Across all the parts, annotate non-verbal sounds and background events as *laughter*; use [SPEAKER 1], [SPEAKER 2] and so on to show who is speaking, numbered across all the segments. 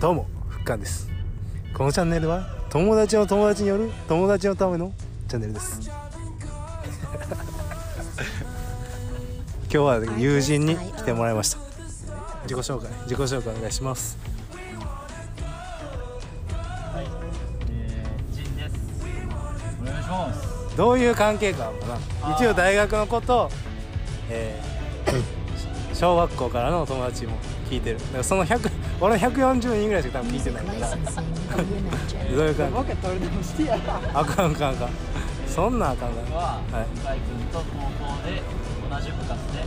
[SPEAKER 1] どうもふっかんですこのチャンネルは友達の友達による友達のためのチャンネルです今日は友人に来てもらいました自己紹介自己紹介お願いします
[SPEAKER 2] はい、えー、ジンです。お願いします。
[SPEAKER 1] どういう関係かもな
[SPEAKER 2] あー
[SPEAKER 1] 一応大学の子と、えー *coughs* 小学校からの友達も聞いてるだからその100俺の140人ぐらいしか多分聞いてないからど
[SPEAKER 3] Licensing Audio Magic.
[SPEAKER 1] ういう関係
[SPEAKER 2] ボケ取り直してや。は、
[SPEAKER 1] あかんあかんあかんそんなんあかんかはい
[SPEAKER 2] 向井君と高校で同じ部活で、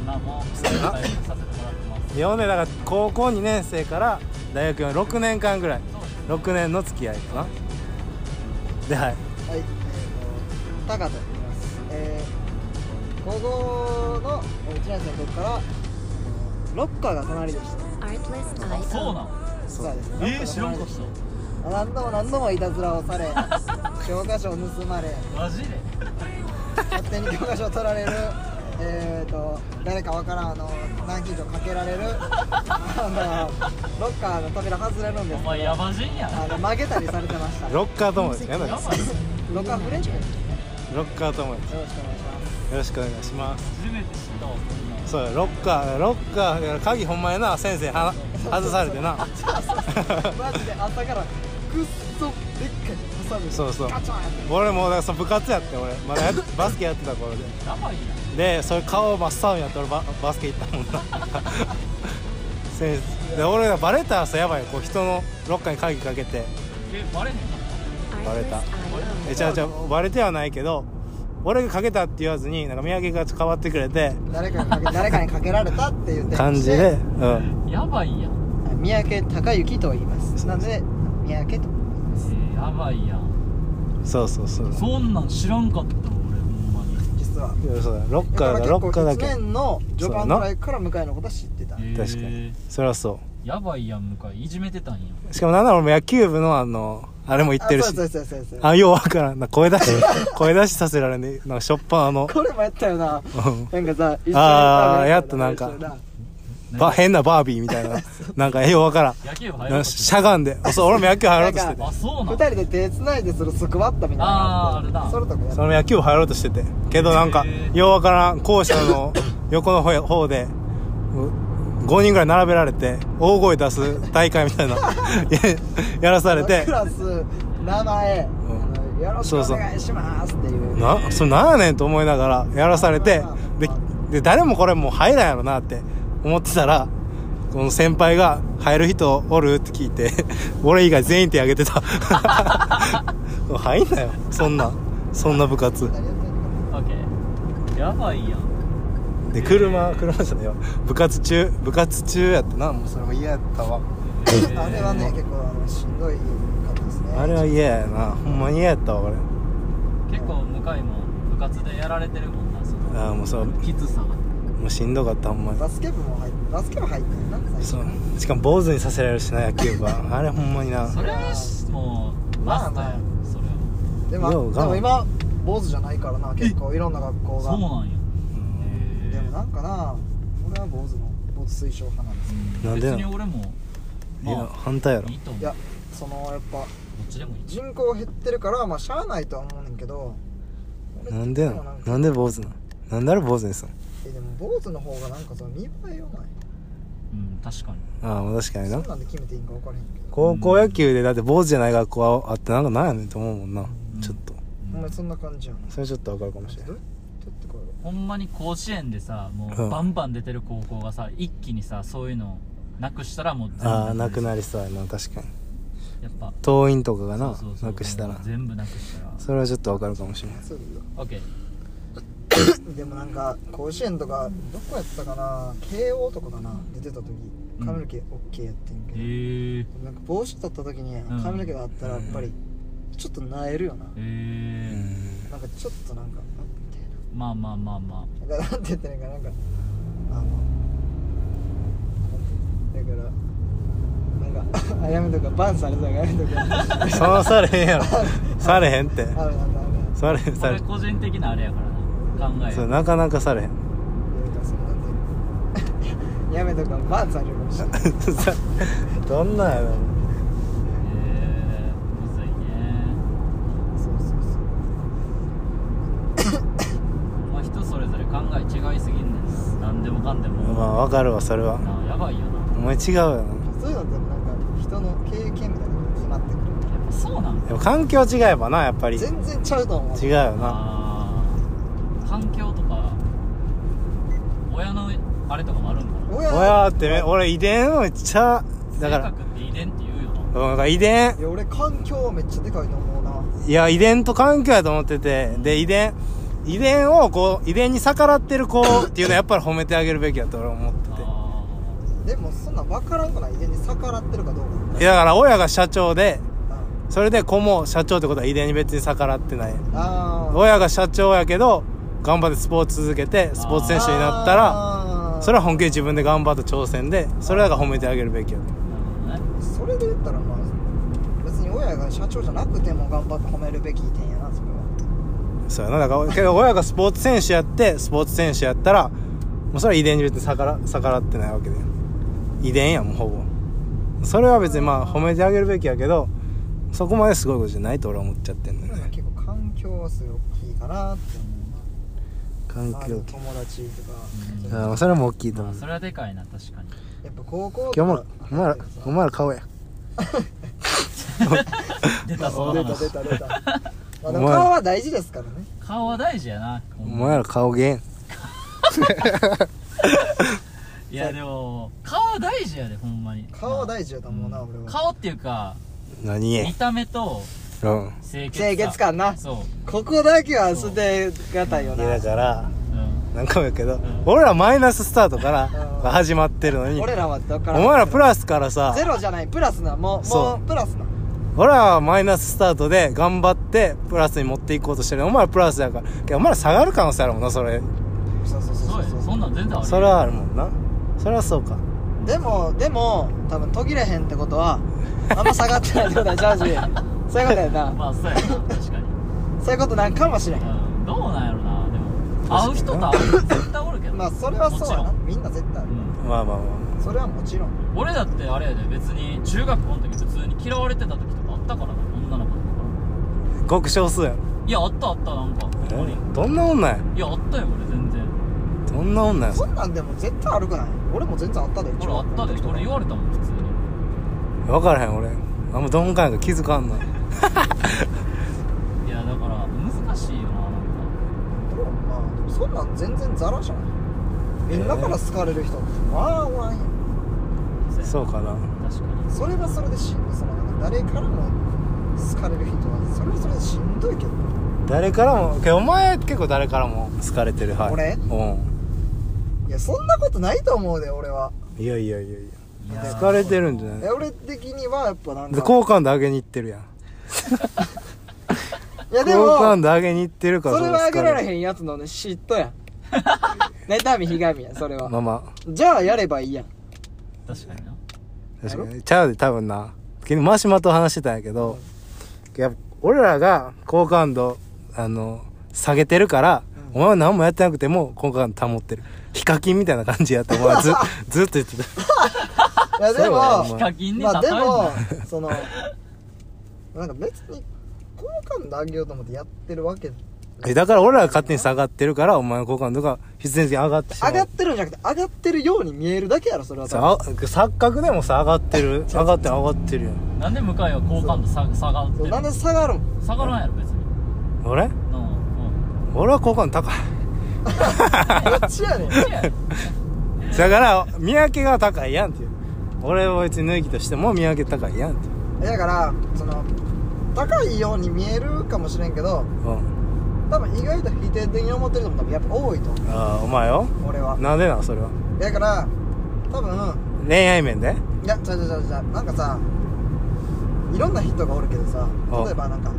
[SPEAKER 2] えー、今も先輩させてもらってます。
[SPEAKER 1] んよねだから高校2年生から大学の6年間ぐらい
[SPEAKER 2] そうです
[SPEAKER 1] 6年の付き合いかなではい
[SPEAKER 4] はい、えーと、タカと言います。えー、高校の1年生の時から、えーロッカーが隣でした。
[SPEAKER 3] Artless
[SPEAKER 2] あ、そう
[SPEAKER 3] IO.
[SPEAKER 2] なの。
[SPEAKER 4] そうですね。
[SPEAKER 2] えー、知らんかっ
[SPEAKER 4] 何度も何度もいたずら
[SPEAKER 2] *laughs*
[SPEAKER 4] をされ、教科書を盗まれ、
[SPEAKER 2] た。マジで。
[SPEAKER 4] 勝手に教科書を取ら
[SPEAKER 2] *laughs*
[SPEAKER 4] れる、えーと、誰かわからん、あの、南京錠かけ
[SPEAKER 2] *laughs*
[SPEAKER 4] られる、あの、ロッカーの扉外れるんで
[SPEAKER 2] お
[SPEAKER 4] す
[SPEAKER 2] 前
[SPEAKER 4] け
[SPEAKER 2] ヤ
[SPEAKER 4] ど、
[SPEAKER 2] バ人やん。
[SPEAKER 4] あの、曲げたりされて
[SPEAKER 2] *laughs*
[SPEAKER 4] ました。よ
[SPEAKER 1] ロッカー友達
[SPEAKER 3] Music
[SPEAKER 1] やなロ
[SPEAKER 3] Licensing Audio
[SPEAKER 4] ロカフレンチ
[SPEAKER 3] Magic.
[SPEAKER 1] ッカー友達よ
[SPEAKER 4] ろし
[SPEAKER 1] ろしく
[SPEAKER 4] くお願いします。
[SPEAKER 1] お願いします
[SPEAKER 2] 初めて知ったわ。こんなん
[SPEAKER 1] そうやロッカーロッカーだから鍵ほんまやな先生はな外されてな
[SPEAKER 4] マジで朝からくっそでっかいハサミ
[SPEAKER 1] そうそう
[SPEAKER 4] ガチャンって
[SPEAKER 1] 俺もうだからその部活やって俺まだやっバスケやってた頃で
[SPEAKER 2] やばいやん。
[SPEAKER 1] でそれ顔真っ青になって俺ババスケ行ったもんな *laughs* 先生で俺がバレたらさやばいよこう人のロッカーに鍵かけて
[SPEAKER 2] え、バレへんかっ
[SPEAKER 3] Artless IO.
[SPEAKER 1] えちゃうちゃうバレてはないけど俺がかけたって言わずになんか三宅が代わってくれて
[SPEAKER 4] 誰かにかけ *laughs* 誰かにかけられたっていう点
[SPEAKER 1] 感じで、うん、
[SPEAKER 2] た。やばいやん。
[SPEAKER 4] 三宅隆之と言います
[SPEAKER 1] そう
[SPEAKER 4] なので三宅と
[SPEAKER 2] えー、やばいやん。
[SPEAKER 1] そうそうそう
[SPEAKER 2] そんなん知らんかったわ俺ほんまに。
[SPEAKER 4] 実は
[SPEAKER 1] そうだロッカーだロッカーだけ
[SPEAKER 4] 1年の序盤ぐらいから向井のことは知ってた
[SPEAKER 2] えー
[SPEAKER 1] 確かにそりゃそ
[SPEAKER 2] やばいやん向井いじめてたんや
[SPEAKER 1] うしかもなんなら俺も野球部のあのあれも行ってるし
[SPEAKER 4] あそうそうそうそうそう
[SPEAKER 1] あようわからんな声出し *laughs* 声出しさせられんねなんかしょっぱなあ
[SPEAKER 4] *laughs*
[SPEAKER 1] の
[SPEAKER 4] これもやった
[SPEAKER 1] *laughs*
[SPEAKER 4] よな
[SPEAKER 1] うん
[SPEAKER 4] なんかさ一緒に
[SPEAKER 1] あーやっとなんか
[SPEAKER 4] 一緒にな
[SPEAKER 1] ば変なバービーみたいななんかえようわからん
[SPEAKER 2] 野球部入
[SPEAKER 1] な
[SPEAKER 2] ろ
[SPEAKER 1] ん
[SPEAKER 2] う
[SPEAKER 1] か
[SPEAKER 2] とし
[SPEAKER 1] しゃがんでそう俺も野球入ろうとして
[SPEAKER 4] なん
[SPEAKER 1] て
[SPEAKER 2] たあそうな
[SPEAKER 4] 二
[SPEAKER 2] の
[SPEAKER 4] 人で手つないでするスクワットみたいなのがって
[SPEAKER 2] あーあれだ
[SPEAKER 4] それとかやっ
[SPEAKER 1] その野球部入ろうとしててけどなんか
[SPEAKER 2] へー
[SPEAKER 1] ようわからん校舎
[SPEAKER 2] *coughs*
[SPEAKER 1] の横の方方でう5人ぐらい並べられて大声出す大会みたいな *laughs* ややらされて
[SPEAKER 4] クラス名前、あのよろしく
[SPEAKER 1] そう
[SPEAKER 4] お
[SPEAKER 1] そう
[SPEAKER 4] 願いしますっていう
[SPEAKER 1] なそれなんやねんと思いながらやらされて
[SPEAKER 4] あ
[SPEAKER 1] でで誰もこれもう入らんやろなって思ってたらこの先輩が「入る人おる?」って聞いて *laughs* 俺以外全員手挙げてた *laughs* 入んなよそんなそんな部活
[SPEAKER 2] オッケーやばいやん
[SPEAKER 1] で車車じゃないよ部活中部活中やってなもうそれも嫌やったわ
[SPEAKER 4] あれはね、結構あのしんどい方ですね。
[SPEAKER 1] あれは嫌やなほんまに嫌やったわ俺
[SPEAKER 2] 結構向井も部活でやられてるもんなその
[SPEAKER 1] ああもうそうも
[SPEAKER 2] きつさが
[SPEAKER 1] うしんどかったほんまに
[SPEAKER 4] バスケ部も入って、バスケ部入ってんな、最
[SPEAKER 1] そ
[SPEAKER 4] 初。
[SPEAKER 1] うしかも坊主にさせられるしな野球部はあれほんまにな
[SPEAKER 2] それはもうマストやんそれは
[SPEAKER 4] で
[SPEAKER 1] よう
[SPEAKER 4] も、で
[SPEAKER 1] が
[SPEAKER 4] も今、坊主じゃないからな、結構いろんな学校
[SPEAKER 2] そう
[SPEAKER 4] が。
[SPEAKER 2] なんや
[SPEAKER 4] でも
[SPEAKER 2] へ
[SPEAKER 4] なんかな、俺は坊主の、坊主推奨派なんですけ
[SPEAKER 2] え
[SPEAKER 1] なんで
[SPEAKER 2] 別
[SPEAKER 1] な
[SPEAKER 2] に俺も
[SPEAKER 1] いや
[SPEAKER 2] ま
[SPEAKER 1] 反対やろ
[SPEAKER 2] あいいと思
[SPEAKER 4] ど。
[SPEAKER 2] うど
[SPEAKER 4] い
[SPEAKER 2] っ
[SPEAKER 4] や、そのやっぱ、
[SPEAKER 2] ちでもいいし
[SPEAKER 4] 人口減ってるから、まあ、しゃあないとは思うねんけど。俺
[SPEAKER 1] なんで
[SPEAKER 4] も
[SPEAKER 1] なん
[SPEAKER 4] か
[SPEAKER 1] なんで坊主なんなんであれ坊主にすんの
[SPEAKER 4] えでも坊主の方がなんかその見栄えよない
[SPEAKER 2] うん確かに
[SPEAKER 1] ああまあ確かに
[SPEAKER 4] そ
[SPEAKER 1] なん
[SPEAKER 4] なんで決めていいんか分からへんけど
[SPEAKER 1] 高校野球でだって坊主じゃない学校あってなんかなんやねんと思うもんな
[SPEAKER 2] うん
[SPEAKER 1] ちょっと
[SPEAKER 4] お前そんな感じやな
[SPEAKER 1] それちょっとわかるかもしれ
[SPEAKER 4] ど
[SPEAKER 1] ない
[SPEAKER 4] うやってってこ
[SPEAKER 2] ほんまに甲子園でさも
[SPEAKER 1] う
[SPEAKER 2] うんバンバン出てる高校がさ一気にさそういうのなくしたらもう全部
[SPEAKER 1] ああなくな
[SPEAKER 2] る
[SPEAKER 1] りそうやな確かに
[SPEAKER 2] やっぱ
[SPEAKER 1] 党員とかがな
[SPEAKER 2] そうそうそう
[SPEAKER 1] なくしたら
[SPEAKER 2] 全部なくしたら
[SPEAKER 1] それはちょっとわかるかもしれない
[SPEAKER 4] れそうだよ
[SPEAKER 2] オッケー
[SPEAKER 4] *laughs* でもなんか甲子園とかどこやったかな慶応とかかな出てた時髪の毛 OK やってんけど、
[SPEAKER 2] へえ
[SPEAKER 4] なんか帽子取った時に
[SPEAKER 2] ん
[SPEAKER 4] 髪の毛があったらやっぱりちょっとなえるよな、
[SPEAKER 2] へえ
[SPEAKER 4] なんかちょっとなんかあ
[SPEAKER 2] まあまあまあま
[SPEAKER 4] みたいななんかなんて言ってんかなんかあのだからなんか *laughs* あやめとかバンされたからやめとかあ
[SPEAKER 1] うんそうされへんやろされへんって
[SPEAKER 4] るあるある
[SPEAKER 1] されへん
[SPEAKER 2] あ
[SPEAKER 1] さ
[SPEAKER 2] こ
[SPEAKER 1] れへん
[SPEAKER 2] れ個人的なあれやからな考え
[SPEAKER 1] そ
[SPEAKER 2] よ
[SPEAKER 1] う
[SPEAKER 2] う
[SPEAKER 1] なかなかされへん *laughs*
[SPEAKER 4] なんかそのなんていう *laughs* やめとくわバンされるかもしれない
[SPEAKER 1] どんなんやろ
[SPEAKER 2] えー、むずいね
[SPEAKER 4] そうそうそう
[SPEAKER 2] まあ人それぞれ考え違いすぎんねんな何でもかんでも、
[SPEAKER 1] まあわかるわそれは
[SPEAKER 2] なやばいよな
[SPEAKER 1] お前違うよ
[SPEAKER 4] そういうのってなんか人の経験みたいなことになってくる
[SPEAKER 2] やっぱそうなん
[SPEAKER 1] なでも環境違えばなやっぱり違
[SPEAKER 4] 全然ちゃうと思う
[SPEAKER 1] うよな
[SPEAKER 2] あー環境とか親のあれとかもあるんかな
[SPEAKER 4] 親
[SPEAKER 1] 親ってね俺遺伝めっちゃだか
[SPEAKER 2] 性
[SPEAKER 1] ら
[SPEAKER 2] 格って遺伝って言うよな
[SPEAKER 1] うんだから遺伝
[SPEAKER 4] いや俺環境めっちゃでかいと思うない
[SPEAKER 1] や遺伝と環境やと思っててで遺伝遺伝をこう遺伝に逆らってる子っていうのはやっぱり褒めてあげるべきやと俺は思ってて
[SPEAKER 2] あ
[SPEAKER 4] でもそんなん分からんくない遺伝に逆らってるかどう
[SPEAKER 1] いやだから親が社長で
[SPEAKER 4] か
[SPEAKER 1] それで子も社長ってことは遺伝に別に逆らってない
[SPEAKER 4] うんあー
[SPEAKER 1] 親が社長やけど頑張ってスポーツ続けてスポーツ選手になったら
[SPEAKER 4] あー
[SPEAKER 1] それは本気で自分で頑張った挑戦でそれだから褒めてあげるべきやと
[SPEAKER 2] ーなるほどね
[SPEAKER 4] それで言ったらまあ別に親が社長じゃなくても頑張って褒めるべき点やなそれは
[SPEAKER 1] そうやなだからけど親がスポーツ選手やってスポーツ選手やったらもうそれは遺伝に別に逆ら逆らってないわけで遺伝やもうほぼそれは別にまあ褒めてあげるべきやけどそこまですごいことじゃないと俺は思っちゃってんだよ
[SPEAKER 4] なんか
[SPEAKER 1] ね
[SPEAKER 4] 結構環境数大きいかなって思
[SPEAKER 1] 環
[SPEAKER 4] うな周りの友達とか
[SPEAKER 1] ああそれも大きいと思
[SPEAKER 2] ま
[SPEAKER 1] う
[SPEAKER 2] あそれはでかいな確かに
[SPEAKER 4] やっぱ高校
[SPEAKER 1] 今日もお前らお前ら顔や
[SPEAKER 2] 出た
[SPEAKER 4] あ
[SPEAKER 2] そう
[SPEAKER 4] 出
[SPEAKER 2] な
[SPEAKER 4] た出
[SPEAKER 2] 話
[SPEAKER 4] た
[SPEAKER 2] *laughs*
[SPEAKER 4] 出たまあで
[SPEAKER 1] お
[SPEAKER 4] も
[SPEAKER 1] 前
[SPEAKER 4] 顔は大事ですからね
[SPEAKER 2] 顔は大事やな
[SPEAKER 1] お前ら顔芸
[SPEAKER 2] いやでも顔は大事やでほんまに
[SPEAKER 4] 顔は大事やと思うな俺は
[SPEAKER 2] 顔っていうか
[SPEAKER 1] 何
[SPEAKER 2] 見
[SPEAKER 1] え
[SPEAKER 2] た目と
[SPEAKER 1] うん
[SPEAKER 2] 清潔
[SPEAKER 4] 清潔感な
[SPEAKER 2] そ
[SPEAKER 4] ここだけは捨てがたいよ
[SPEAKER 1] いや
[SPEAKER 4] な
[SPEAKER 1] だから
[SPEAKER 2] う、うん、
[SPEAKER 1] 何回もやけど
[SPEAKER 2] ん
[SPEAKER 1] 俺らマイナススタートから
[SPEAKER 4] うん
[SPEAKER 1] 始まってるのに
[SPEAKER 4] 俺らはだか
[SPEAKER 1] お
[SPEAKER 4] ら
[SPEAKER 1] 前らプラスからさ
[SPEAKER 4] ゼロじゃないプラスなもう
[SPEAKER 1] そ
[SPEAKER 4] も
[SPEAKER 1] う
[SPEAKER 4] うプラスな
[SPEAKER 1] 俺らはマイナススタートで頑張ってプラスに持っていこうとしてるお前らプラスだからけどお前ら下がる可能性あるもんなそれ
[SPEAKER 4] そうそう
[SPEAKER 2] そ
[SPEAKER 4] そうう
[SPEAKER 2] や
[SPEAKER 4] そう
[SPEAKER 2] そんなん全然ある
[SPEAKER 1] それはあるもんなそれはそうか
[SPEAKER 4] でもでも多分途切れへんってことはあんま下がってないってことはジャージそういうことやな
[SPEAKER 2] まあそうやな確かに
[SPEAKER 4] そういうことなんかもしれへん
[SPEAKER 2] うんどうなんやろなでも会う人と会う人絶対おるけど
[SPEAKER 4] まあそれはそうやな
[SPEAKER 2] も
[SPEAKER 4] みんな絶対
[SPEAKER 2] ちろ
[SPEAKER 4] ある
[SPEAKER 2] んうん
[SPEAKER 1] まあまあま
[SPEAKER 4] それはもちろん
[SPEAKER 2] 俺だってあれやで別に中学校の時普通に嫌われてた時とかあったからな女の子とか
[SPEAKER 1] あごく少数やろ
[SPEAKER 2] いやあったあったなんかほんまに
[SPEAKER 1] どんな女や
[SPEAKER 2] いやあったよ俺全然
[SPEAKER 1] どんな女や
[SPEAKER 4] そんなんでも絶対あるくない俺も全然あったで
[SPEAKER 2] 俺あったで俺言われたもん普通に
[SPEAKER 1] 分からへん俺あんま鈍感やから気づかんない
[SPEAKER 2] いやだから難しいよななん
[SPEAKER 4] でもまあでもそんなん全然ザラじゃないみんなから好かれる人ってまあおらんやん
[SPEAKER 2] か
[SPEAKER 1] そうかな
[SPEAKER 2] 確か
[SPEAKER 4] それはそれでしんどいそのなんか誰からも好かれる人はそれはそれでしんどいけど
[SPEAKER 1] 誰からもけどお前結構誰からも好かれてるはい
[SPEAKER 4] 俺
[SPEAKER 1] う
[SPEAKER 4] いやそんなことないと思うで俺は
[SPEAKER 1] んいやいやいやい
[SPEAKER 2] に
[SPEAKER 1] や
[SPEAKER 2] いや
[SPEAKER 1] 好かれてるんじゃない
[SPEAKER 4] え俺的にはやっぱなん
[SPEAKER 1] で
[SPEAKER 4] か
[SPEAKER 1] 好感度上げに行ってるやん
[SPEAKER 4] いやでも
[SPEAKER 1] 好感度上げに行ってるから
[SPEAKER 4] それはあげられ
[SPEAKER 1] ん
[SPEAKER 4] へんやつのね嫉妬やん *laughs* 妬みひがみやそれは
[SPEAKER 1] まあま
[SPEAKER 4] じゃあやればいいやん
[SPEAKER 2] 確かにな
[SPEAKER 1] あ確かにちゃうで多分な昨日マシュマと話してたんやけど、やっぱ俺らが好感度あの下げてるから、お前は何もやってなくても好感度保ってるヒカキンみたいな感じやと思う
[SPEAKER 4] *laughs*
[SPEAKER 1] ずずっと言ってた
[SPEAKER 4] いやでも
[SPEAKER 1] そ
[SPEAKER 2] ヒカキンに例えん
[SPEAKER 4] ま
[SPEAKER 2] な
[SPEAKER 4] あでもそのなんか別に好感度上げようと思ってやってるわけ
[SPEAKER 1] えだから俺らが勝手に下がってるからお前の好感度が必然的に上がってしまう
[SPEAKER 4] 上がってるんじゃなくて上がってるように見えるだけやろそれは多分
[SPEAKER 1] さあ錯覚でもさ上がってる上がってる上がってるやん
[SPEAKER 2] なんで向井は好感度下下がって
[SPEAKER 4] そう
[SPEAKER 2] る
[SPEAKER 4] なんで下がるん
[SPEAKER 2] 下がらんやろ別に
[SPEAKER 1] 俺
[SPEAKER 2] なあうん
[SPEAKER 1] 俺は好感度高い
[SPEAKER 4] どっち *laughs* やね
[SPEAKER 2] い
[SPEAKER 4] ん
[SPEAKER 2] や
[SPEAKER 1] だから三宅が高いやんっていう俺は別に抜きとしても三宅高いやんっていう
[SPEAKER 4] えだからその高いように見えるかもしれんけ
[SPEAKER 1] う
[SPEAKER 4] ど
[SPEAKER 1] ん
[SPEAKER 4] 多分意外と否定的に思ってる人も多分やっぱ多いと思
[SPEAKER 1] ああお前よ
[SPEAKER 4] う俺は
[SPEAKER 1] なんでなんそれは
[SPEAKER 4] だから多分
[SPEAKER 1] 恋愛面で
[SPEAKER 4] いや、違う違う違う違うなんかさいろんな人がおるけどさ
[SPEAKER 1] あ
[SPEAKER 4] 例えばなんか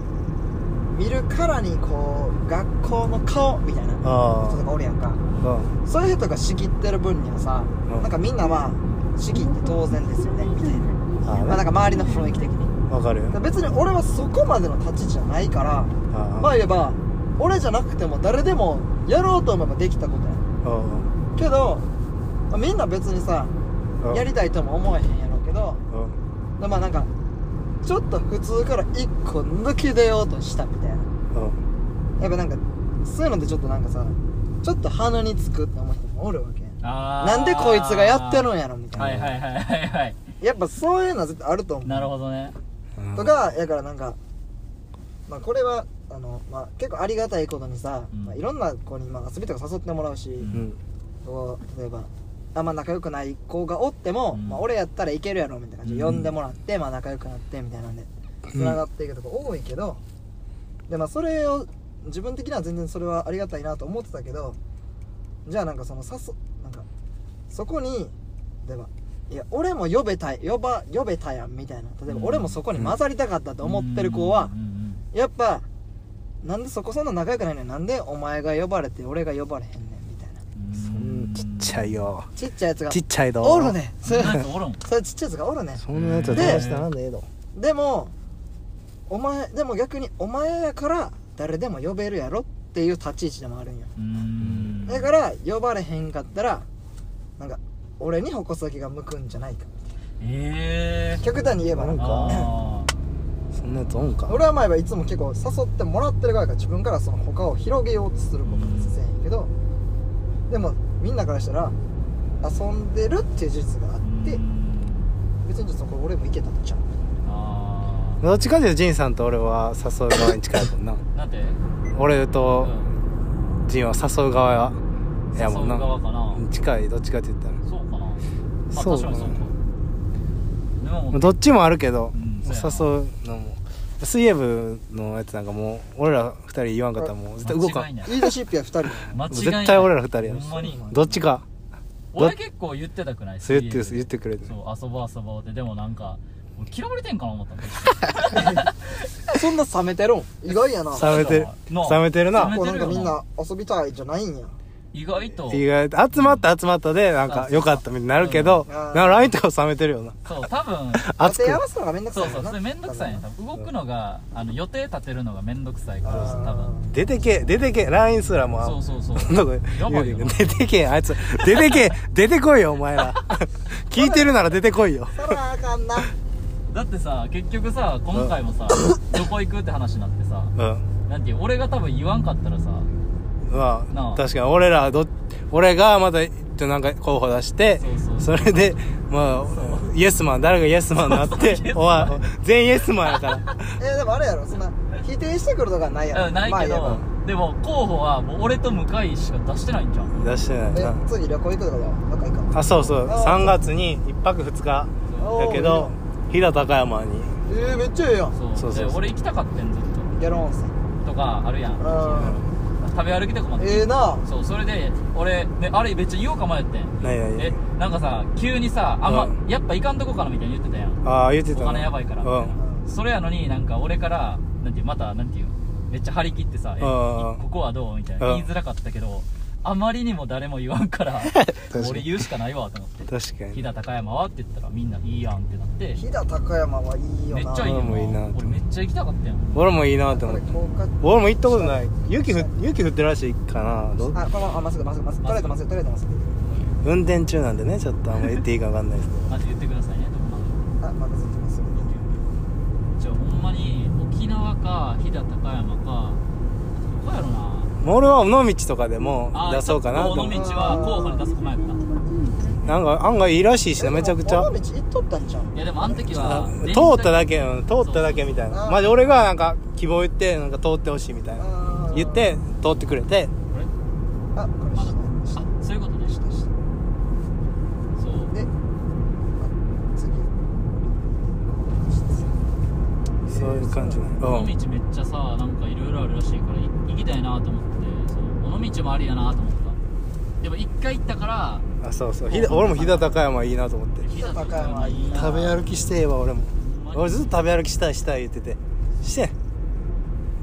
[SPEAKER 4] 見るからにこう学校の顔みたいな
[SPEAKER 1] ああ
[SPEAKER 4] 人とかおるやんか
[SPEAKER 1] うん
[SPEAKER 4] そういう人が仕切ってる分にはさ
[SPEAKER 1] うん
[SPEAKER 4] なんかみんなまあ仕切って当然ですよねみたいな
[SPEAKER 1] ああ
[SPEAKER 4] まあなん
[SPEAKER 1] ね
[SPEAKER 4] か周りの雰囲気的に
[SPEAKER 1] わかるよ
[SPEAKER 4] 別に俺はそこまでの立ち位置じゃないから
[SPEAKER 1] あ
[SPEAKER 4] ま
[SPEAKER 1] あ
[SPEAKER 4] あ言えば俺じゃなくても誰でもやろうと思えばできたことや
[SPEAKER 1] うん
[SPEAKER 4] けどまあみんな別にさ
[SPEAKER 1] うん
[SPEAKER 4] やりたいとも思えへんやろうけど
[SPEAKER 1] うん
[SPEAKER 4] まあなんかちょっと普通から一個抜き出ようとしたみたいな
[SPEAKER 1] うん
[SPEAKER 4] やっぱなんかそういうのってちょっとなんかさちょっと鼻につくって思う人もおるわけやん
[SPEAKER 2] あー
[SPEAKER 4] なんでこいつがやってるんやろみたいな、
[SPEAKER 2] はいはいはいはいはい
[SPEAKER 4] やっぱそういうのは絶対あると思う
[SPEAKER 2] なるほどね
[SPEAKER 1] うん
[SPEAKER 4] とかやからなんかまあこれはあの、まあ、結構ありがたいことにさ、
[SPEAKER 2] うん
[SPEAKER 4] まあ、いろんな子にまあ遊びとか誘ってもらうし、
[SPEAKER 1] うん
[SPEAKER 4] こう例えばあんま仲良くない子がおっても、
[SPEAKER 2] うん
[SPEAKER 4] まあ、俺やったらいけるやろみたいな感じで
[SPEAKER 2] うん
[SPEAKER 4] 呼んでもらって、まあ、仲良くなってみたいなんで
[SPEAKER 1] ん
[SPEAKER 4] つながっていくとこ多いけど、でまあそれを自分的には全然それはありがたいなと思ってたけどじゃあなんかその誘なんかそこに例えばいや俺も呼べたい呼ば呼べたやんみたいな例えば
[SPEAKER 2] うん
[SPEAKER 4] 俺もそこに混ざりたかったと思ってる子は
[SPEAKER 2] うんうんうん
[SPEAKER 4] やっぱなんでそこそんな仲良くないのになんでお前が呼ばれて俺が呼ばれへんねんみたいな
[SPEAKER 2] うん
[SPEAKER 1] そんちっちゃいよ
[SPEAKER 4] ちっちゃいやつが
[SPEAKER 1] ちっちゃいど
[SPEAKER 4] おるねそ
[SPEAKER 2] そん
[SPEAKER 4] *laughs* れ
[SPEAKER 2] なやつおるん
[SPEAKER 4] それちっちゃいやつがおるね
[SPEAKER 1] そんなやつは
[SPEAKER 4] で
[SPEAKER 1] 友達ならんでええど
[SPEAKER 4] でもお前でも逆にお前やから誰でも呼べるやろっていう立ち位置でもあるんよ
[SPEAKER 2] うん
[SPEAKER 4] だから呼ばれへんかったらなんか俺に矛先が向くんじゃないか
[SPEAKER 2] ええ
[SPEAKER 4] 極端に言えば
[SPEAKER 1] なんか
[SPEAKER 2] あー
[SPEAKER 1] そんなやつおんか
[SPEAKER 4] 俺は前はいつも結構誘ってもらってる側やから自分からその他を広げようとすることはせえへんけどでもみんなからしたら遊んでるっていう事実があって別にちょっとこれ俺もいけたんちゃう
[SPEAKER 2] あ
[SPEAKER 1] どっちかというとジンさんと俺は誘う側に近いもんな
[SPEAKER 2] ーなんて
[SPEAKER 1] 俺と
[SPEAKER 2] うん
[SPEAKER 1] ジンは誘う側やもん
[SPEAKER 2] 誘う側
[SPEAKER 1] な
[SPEAKER 2] かな
[SPEAKER 1] 近いどっちかって言ったら
[SPEAKER 2] そうかなまあ
[SPEAKER 1] そう
[SPEAKER 2] 確かにそうかでも
[SPEAKER 1] どっちもあるけど、
[SPEAKER 2] うんそう
[SPEAKER 1] 誘うのも水泳部のやつなんかもう俺ら二人言わんかったらもう絶対動か
[SPEAKER 2] 間違い
[SPEAKER 1] ん
[SPEAKER 2] ない
[SPEAKER 4] リーダーシップや2人
[SPEAKER 2] 間違いない
[SPEAKER 1] 絶対俺ら二人や
[SPEAKER 2] ほんまに
[SPEAKER 1] どっちか
[SPEAKER 2] 俺結構言ってたくない
[SPEAKER 1] そう言って
[SPEAKER 2] 水泳部
[SPEAKER 1] 言ってくれて
[SPEAKER 2] そう遊ぼう遊ぼうってでもなんか俺嫌われてんかな思ったの
[SPEAKER 4] そんな冷めてるん意外やな
[SPEAKER 1] 冷めてる
[SPEAKER 2] なあ
[SPEAKER 1] 冷めてる
[SPEAKER 2] 冷
[SPEAKER 1] な
[SPEAKER 2] め
[SPEAKER 4] こうなんかみん
[SPEAKER 2] な
[SPEAKER 4] な遊びたいじゃないんや
[SPEAKER 2] 意外と
[SPEAKER 1] 意外と集まった集まったでなんか
[SPEAKER 2] あ
[SPEAKER 1] 良かったみたいになるけど
[SPEAKER 4] うん
[SPEAKER 1] なんか LINE とか冷めてるよな
[SPEAKER 2] そう多
[SPEAKER 4] *laughs*
[SPEAKER 2] 分
[SPEAKER 1] 熱く
[SPEAKER 4] やらすのがめんどくさい
[SPEAKER 2] そうそうそれめんどくさいね多分動くのがあの予定立てるのがめんどくさいから多分
[SPEAKER 1] 出てけ出てけ LINE すらも
[SPEAKER 2] そう
[SPEAKER 1] う
[SPEAKER 2] そうそう
[SPEAKER 1] そんなこと
[SPEAKER 2] やばいよ
[SPEAKER 1] 言うてんけど出てけあいつ出てけ出てこいよお前
[SPEAKER 2] *laughs*
[SPEAKER 1] ら聞いてるなら出てこいよ
[SPEAKER 4] そらあかんな
[SPEAKER 2] だってさ結局さ今回もさどこ行くって話になってさ
[SPEAKER 1] うん
[SPEAKER 2] なんていう俺が多分言わんかったらさ
[SPEAKER 1] ま
[SPEAKER 2] なあ
[SPEAKER 1] あ確かに俺らど俺がまたなんか候補出して
[SPEAKER 2] そうそ
[SPEAKER 1] それでまあイエスマン誰がイエスマンにな
[SPEAKER 2] *laughs*
[SPEAKER 1] っておわ全員イエスマンやから
[SPEAKER 4] えーでもあれやろそんな否定してくるとかないやろ
[SPEAKER 2] うんないけど、
[SPEAKER 4] まあ
[SPEAKER 2] でも候補はもう俺と向井しか出してないんじゃん
[SPEAKER 1] 出してない
[SPEAKER 4] 言えば
[SPEAKER 1] な
[SPEAKER 4] え次旅行行くとかどうどっか行く
[SPEAKER 1] あそうそう
[SPEAKER 4] あ
[SPEAKER 1] 3月に1泊2日
[SPEAKER 4] おー
[SPEAKER 1] だけど飛騨高山に
[SPEAKER 4] えー、めっちゃええやん
[SPEAKER 2] そう
[SPEAKER 1] そうそうそう
[SPEAKER 2] で俺行きたかったんずっ
[SPEAKER 4] ギャロン温泉
[SPEAKER 2] ととかあるやん
[SPEAKER 4] う
[SPEAKER 2] 食べ歩きとかもあっ
[SPEAKER 4] ん
[SPEAKER 2] て
[SPEAKER 4] ええな
[SPEAKER 2] そうそれで俺、ね、あれめっちゃ言おうか迷ってん
[SPEAKER 1] ないない
[SPEAKER 2] えなんかさ急にさあんま、
[SPEAKER 1] うん
[SPEAKER 2] やっぱ行かんとこかなみたいに言ってたやん
[SPEAKER 1] ああ言ってたな
[SPEAKER 2] お金やばいから
[SPEAKER 1] うん
[SPEAKER 2] それやのになんか俺からなんていうまたなんていうめっちゃ張り切ってさ「え
[SPEAKER 1] うんうん
[SPEAKER 2] ここはどう?」みたいな
[SPEAKER 1] うん
[SPEAKER 2] 言いづらかったけどあまりにも誰も言わんから
[SPEAKER 1] かに
[SPEAKER 2] 俺言うしかないわと思って
[SPEAKER 1] 確か
[SPEAKER 2] 「飛
[SPEAKER 1] に
[SPEAKER 2] 騨高山は?」って言ったらみんな「いいやん」ってなって
[SPEAKER 4] 飛騨高山はいいよ
[SPEAKER 2] めっ
[SPEAKER 4] な
[SPEAKER 2] ちゃいいよ
[SPEAKER 1] 俺もいいな
[SPEAKER 2] な俺めっちゃ行きたかったやん
[SPEAKER 1] 俺もいいなと
[SPEAKER 4] こ
[SPEAKER 1] 思っ
[SPEAKER 4] れ
[SPEAKER 1] て
[SPEAKER 4] こうか
[SPEAKER 1] 俺も行ったことない雪ふ雪降ってるらしいかなど
[SPEAKER 4] あこのあまっすぐまっすぐまっすぐとりあえずまっすぐとりあえずまっすぐ
[SPEAKER 1] 運転中なんでねちょっとあんま言っていいか分かんないですけど
[SPEAKER 2] マジ言ってくださいねどこなの
[SPEAKER 4] あまっすぐまっすぐ
[SPEAKER 2] じゃあほんまに沖縄か飛騨高山かどこやろな
[SPEAKER 1] もう俺は尾道とかでも
[SPEAKER 2] あー
[SPEAKER 1] 出そうかなと
[SPEAKER 2] こ
[SPEAKER 1] 思
[SPEAKER 2] の
[SPEAKER 1] っ
[SPEAKER 2] 道
[SPEAKER 1] て
[SPEAKER 2] は候補に出す駒やった
[SPEAKER 1] なんか案外いいらしいし
[SPEAKER 4] え
[SPEAKER 1] なめちゃくちゃ
[SPEAKER 4] この道行っとったんちゃう
[SPEAKER 2] いやでもあの時は
[SPEAKER 1] あ通っただけうん通っただけみたい
[SPEAKER 4] あ
[SPEAKER 1] な
[SPEAKER 4] ー
[SPEAKER 1] まジ俺がなんか希望言ってなんか通ってほしいみたいな
[SPEAKER 4] あー
[SPEAKER 1] 言って通ってくれて
[SPEAKER 2] これ
[SPEAKER 4] あこれ
[SPEAKER 2] まだ
[SPEAKER 4] 下
[SPEAKER 2] あそういうことでした
[SPEAKER 4] 下下
[SPEAKER 2] そう
[SPEAKER 4] であ次
[SPEAKER 1] そういう感じな
[SPEAKER 2] 尾
[SPEAKER 1] のうん
[SPEAKER 2] 道めっちゃさなんかいろいろあるらしいからい行きたいなと思ってそう尾道もありやなと思ったでも一回行ったから
[SPEAKER 1] あそうそうひだ俺も飛騨高山いいなと思って
[SPEAKER 2] 飛
[SPEAKER 4] 騨高山いいな
[SPEAKER 1] 食べ歩きしてえわ俺も俺ずっと食べ歩きしたいしたい言っててしてん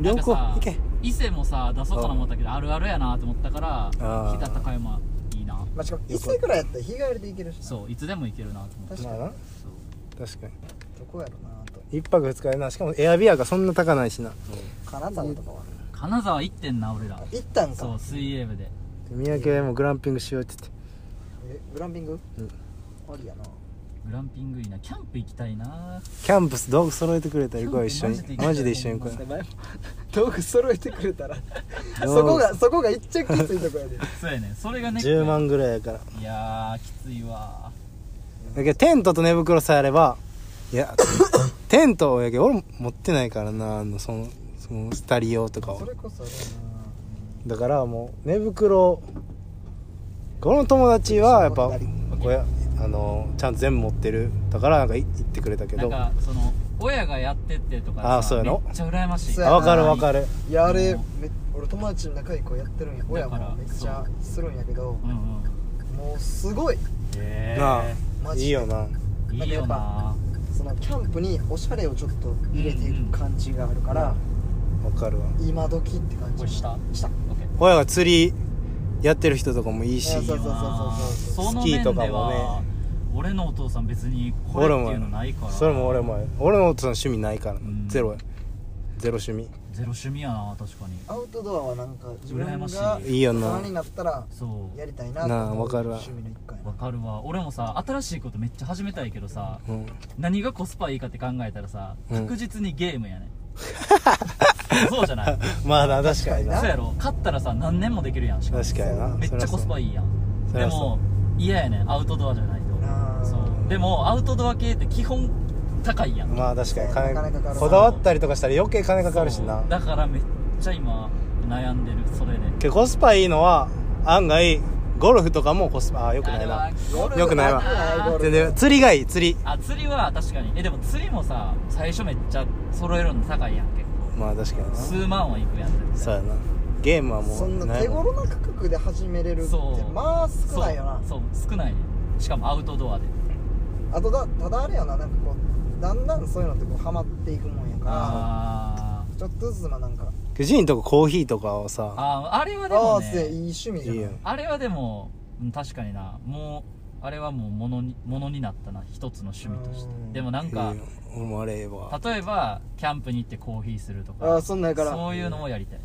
[SPEAKER 2] な
[SPEAKER 1] 良
[SPEAKER 2] んか
[SPEAKER 1] 好
[SPEAKER 2] さ
[SPEAKER 1] 行け
[SPEAKER 2] 伊勢もさ出そうかな思ったけどあるあるやなと思ったから飛
[SPEAKER 1] ー
[SPEAKER 2] 騨高山いいな
[SPEAKER 4] まあしかも伊勢くらいやったら日帰りで行けるしな
[SPEAKER 2] そういつでも行けるなと思って
[SPEAKER 4] 確
[SPEAKER 1] ま
[SPEAKER 4] か
[SPEAKER 1] あ
[SPEAKER 4] に
[SPEAKER 1] な
[SPEAKER 2] そう
[SPEAKER 1] 確かに
[SPEAKER 4] どこやろなと
[SPEAKER 1] 一泊二日でなしかもエアビアがそんな高ないしな
[SPEAKER 4] 金沢とかは
[SPEAKER 2] 金沢行ってんな俺ら
[SPEAKER 4] 行ったん
[SPEAKER 2] そ
[SPEAKER 4] か
[SPEAKER 2] う水泳部で
[SPEAKER 1] 三宅もグランピングしようって言って
[SPEAKER 4] えグランピング
[SPEAKER 1] うん
[SPEAKER 4] ありやな
[SPEAKER 2] グランピングいいなキャンプ行きたいな
[SPEAKER 1] キャンプス道具揃えてくれたら行こう一緒に
[SPEAKER 2] キャンプ
[SPEAKER 1] マ
[SPEAKER 2] マ
[SPEAKER 1] ジ
[SPEAKER 2] ジ
[SPEAKER 1] で
[SPEAKER 2] で
[SPEAKER 1] 一
[SPEAKER 2] 行きた
[SPEAKER 1] 緒
[SPEAKER 2] い
[SPEAKER 1] に行こう
[SPEAKER 4] 前も道具揃えてくれたら
[SPEAKER 1] 道具
[SPEAKER 4] そこがそこがいっちゃきついとこやで
[SPEAKER 2] そうやねそれがね
[SPEAKER 1] 10万ぐらいやから
[SPEAKER 2] いやーきついわ
[SPEAKER 1] だけどテントと寝袋さえあればい *coughs* やテントやけど俺も持ってないからなあのそのそのスタリ用とかを
[SPEAKER 4] それこそあれや
[SPEAKER 1] だからもう寝袋この友達はやっぱこやあのちゃんと全部持ってるだからなんかい言ってくれたけ
[SPEAKER 2] なん
[SPEAKER 1] どあ
[SPEAKER 2] かその親がやっててとか
[SPEAKER 1] あーそうや
[SPEAKER 2] めっ
[SPEAKER 1] ろ
[SPEAKER 2] ちゃ羨ましい
[SPEAKER 4] そうやな
[SPEAKER 1] わかるわかる
[SPEAKER 4] ないやあれめ俺友達の仲いい子やってるんや親
[SPEAKER 2] だか
[SPEAKER 4] も
[SPEAKER 2] ら
[SPEAKER 4] めっちゃするんやけど
[SPEAKER 2] うんうん
[SPEAKER 4] もうすごい
[SPEAKER 2] へ
[SPEAKER 1] なあ
[SPEAKER 4] マジ
[SPEAKER 1] い
[SPEAKER 4] で
[SPEAKER 1] いよな
[SPEAKER 2] ーいいよな
[SPEAKER 4] そのキャンプにおしゃれをちょっと入れていく感じがあるから、
[SPEAKER 1] わかるわ
[SPEAKER 4] 今時って感
[SPEAKER 2] こ
[SPEAKER 4] じ
[SPEAKER 2] れ下
[SPEAKER 4] 下
[SPEAKER 2] オッケー
[SPEAKER 1] 親が釣りやってる人とかもいいし
[SPEAKER 4] いやそうそうそうそう
[SPEAKER 2] その
[SPEAKER 1] スキー
[SPEAKER 2] 面
[SPEAKER 1] とかも
[SPEAKER 2] で
[SPEAKER 1] ね
[SPEAKER 2] は俺のお父さん別にこれ
[SPEAKER 1] 俺
[SPEAKER 2] っていうの
[SPEAKER 1] も
[SPEAKER 2] ないから
[SPEAKER 1] それも俺も俺のお父さん趣味ないから
[SPEAKER 2] ん
[SPEAKER 1] ゼロやゼロ趣味
[SPEAKER 2] ゼロ趣味やな確かに
[SPEAKER 4] アウトドアはなんか自分
[SPEAKER 2] 羨
[SPEAKER 4] が
[SPEAKER 2] まし
[SPEAKER 1] いいよな
[SPEAKER 4] 大人になったら
[SPEAKER 2] そう
[SPEAKER 4] やりたいな
[SPEAKER 1] なあ
[SPEAKER 4] と思う
[SPEAKER 1] わかるわ
[SPEAKER 4] 趣味の一回
[SPEAKER 2] わかるわ俺もさ新しいことめっちゃ始めたいけどさ
[SPEAKER 1] うん
[SPEAKER 2] 何がコスパいいかって考えたらさ
[SPEAKER 1] うん
[SPEAKER 2] 確実にゲームやね、そうじ
[SPEAKER 1] *laughs*
[SPEAKER 2] ゃない
[SPEAKER 1] まあな確かにな
[SPEAKER 2] そうやろ勝ったらさ何年もできるやんしかも
[SPEAKER 1] 確かにな
[SPEAKER 2] めっちゃコスパ
[SPEAKER 1] いい
[SPEAKER 2] いいやん
[SPEAKER 1] そ
[SPEAKER 2] で
[SPEAKER 1] りゃそう
[SPEAKER 2] も嫌やねんアウトドアじゃないと
[SPEAKER 4] あー
[SPEAKER 2] そうでもアウトドア系って基本高いやん
[SPEAKER 1] まあ確かに金
[SPEAKER 4] 金かかる
[SPEAKER 1] こだわったりとかしたら余計金かかるしな
[SPEAKER 2] そうだからめっちゃ今悩んでるそれで
[SPEAKER 1] けどコスパいいのは案外ゴルフとかもコスパあーよくないな
[SPEAKER 4] 夜
[SPEAKER 1] よくないわ
[SPEAKER 4] 夜
[SPEAKER 1] 全然釣りがいい釣り
[SPEAKER 2] あ釣りは確かにえでも釣りもさ最初めっちゃ揃えるの高いやん結構
[SPEAKER 1] まあ確かにな
[SPEAKER 2] 数万はいくやん絶対
[SPEAKER 1] そうやなゲームはもう
[SPEAKER 4] そんな手頃な価格で始めれるって
[SPEAKER 2] そう
[SPEAKER 4] まあ少ないよな
[SPEAKER 2] そうそう少ないねしかもアウトドアで
[SPEAKER 4] あとだただあれやななんかこうだんだんそういうのってこうハマっていくもんやか
[SPEAKER 2] あ
[SPEAKER 4] らちょっとずつまあなんか
[SPEAKER 1] くじんとかコーヒーとかを
[SPEAKER 2] ー
[SPEAKER 1] さ
[SPEAKER 2] あーあれはで
[SPEAKER 4] あ
[SPEAKER 2] も
[SPEAKER 4] あすでいい
[SPEAKER 2] ね
[SPEAKER 4] 趣味じゃ
[SPEAKER 1] いい
[SPEAKER 4] な
[SPEAKER 1] や
[SPEAKER 4] い
[SPEAKER 1] ん
[SPEAKER 2] あれはでもうん確かになもうあれはもうものにものになったな一つの趣味として
[SPEAKER 4] うん
[SPEAKER 2] でもなんか
[SPEAKER 1] いいよ俺もあれええわ
[SPEAKER 2] 例えばキャンプに行ってコーヒーすると
[SPEAKER 4] あ
[SPEAKER 2] か
[SPEAKER 4] あそんなんやから
[SPEAKER 2] そういうのもやりたい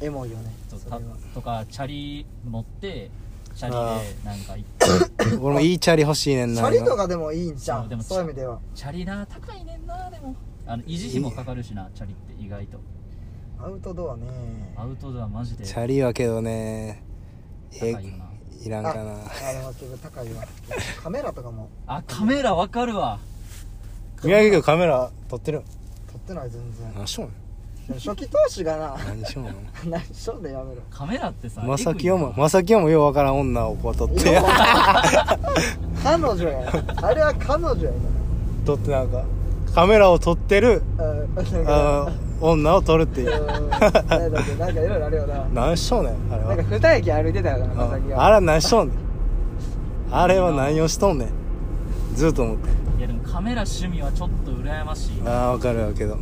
[SPEAKER 4] エモいよね
[SPEAKER 2] そう
[SPEAKER 4] それ
[SPEAKER 2] た
[SPEAKER 4] は
[SPEAKER 2] とかチャリ持ってチャリ
[SPEAKER 1] あ
[SPEAKER 2] でなんか行って
[SPEAKER 1] 俺もいいチャリ欲しいねん
[SPEAKER 4] チ
[SPEAKER 1] な
[SPEAKER 4] ャリとかでもいいんじゃ
[SPEAKER 2] そうで
[SPEAKER 4] ん
[SPEAKER 2] も
[SPEAKER 4] そういう意味では
[SPEAKER 2] チャリな高いねんなでもあの維持費もかかるしなチャリって意外と
[SPEAKER 4] アウトドアね
[SPEAKER 2] アウトドアマジで
[SPEAKER 1] 今チャリはけどね
[SPEAKER 2] 高
[SPEAKER 1] え
[SPEAKER 2] いよない
[SPEAKER 1] らんかな
[SPEAKER 4] あれは結構
[SPEAKER 2] *laughs*
[SPEAKER 4] 高いわカメラとかも
[SPEAKER 2] あカメラわかるわ
[SPEAKER 1] 宮城君カメラ撮ってる
[SPEAKER 4] 撮ってない全
[SPEAKER 2] *laughs*
[SPEAKER 4] 然
[SPEAKER 1] 何しよう
[SPEAKER 4] でも初期投資がな
[SPEAKER 1] の何しようの
[SPEAKER 4] 何しょんでやめろ
[SPEAKER 2] カメラってさ
[SPEAKER 1] まさきよも
[SPEAKER 2] エグいな
[SPEAKER 1] まさきよもようわからん女をこう撮って
[SPEAKER 4] 彼女やあれは彼女や
[SPEAKER 1] 撮ってなんかカメラを撮ってる
[SPEAKER 4] うんなん
[SPEAKER 1] あ
[SPEAKER 4] か
[SPEAKER 1] ー女を撮るっていう
[SPEAKER 4] うんなんだっけなんかいろいろあるよ
[SPEAKER 1] *laughs*
[SPEAKER 4] な
[SPEAKER 1] 何しようねんあれ
[SPEAKER 4] なんか
[SPEAKER 1] は
[SPEAKER 4] 二駅歩いてたよなまさき
[SPEAKER 1] あ
[SPEAKER 4] が
[SPEAKER 1] あれは何しようねんあれは何をしとんねんずっと思って
[SPEAKER 2] いやでもカメラ趣味はちょっと羨ましい
[SPEAKER 1] あ
[SPEAKER 2] な
[SPEAKER 1] あわかるわけど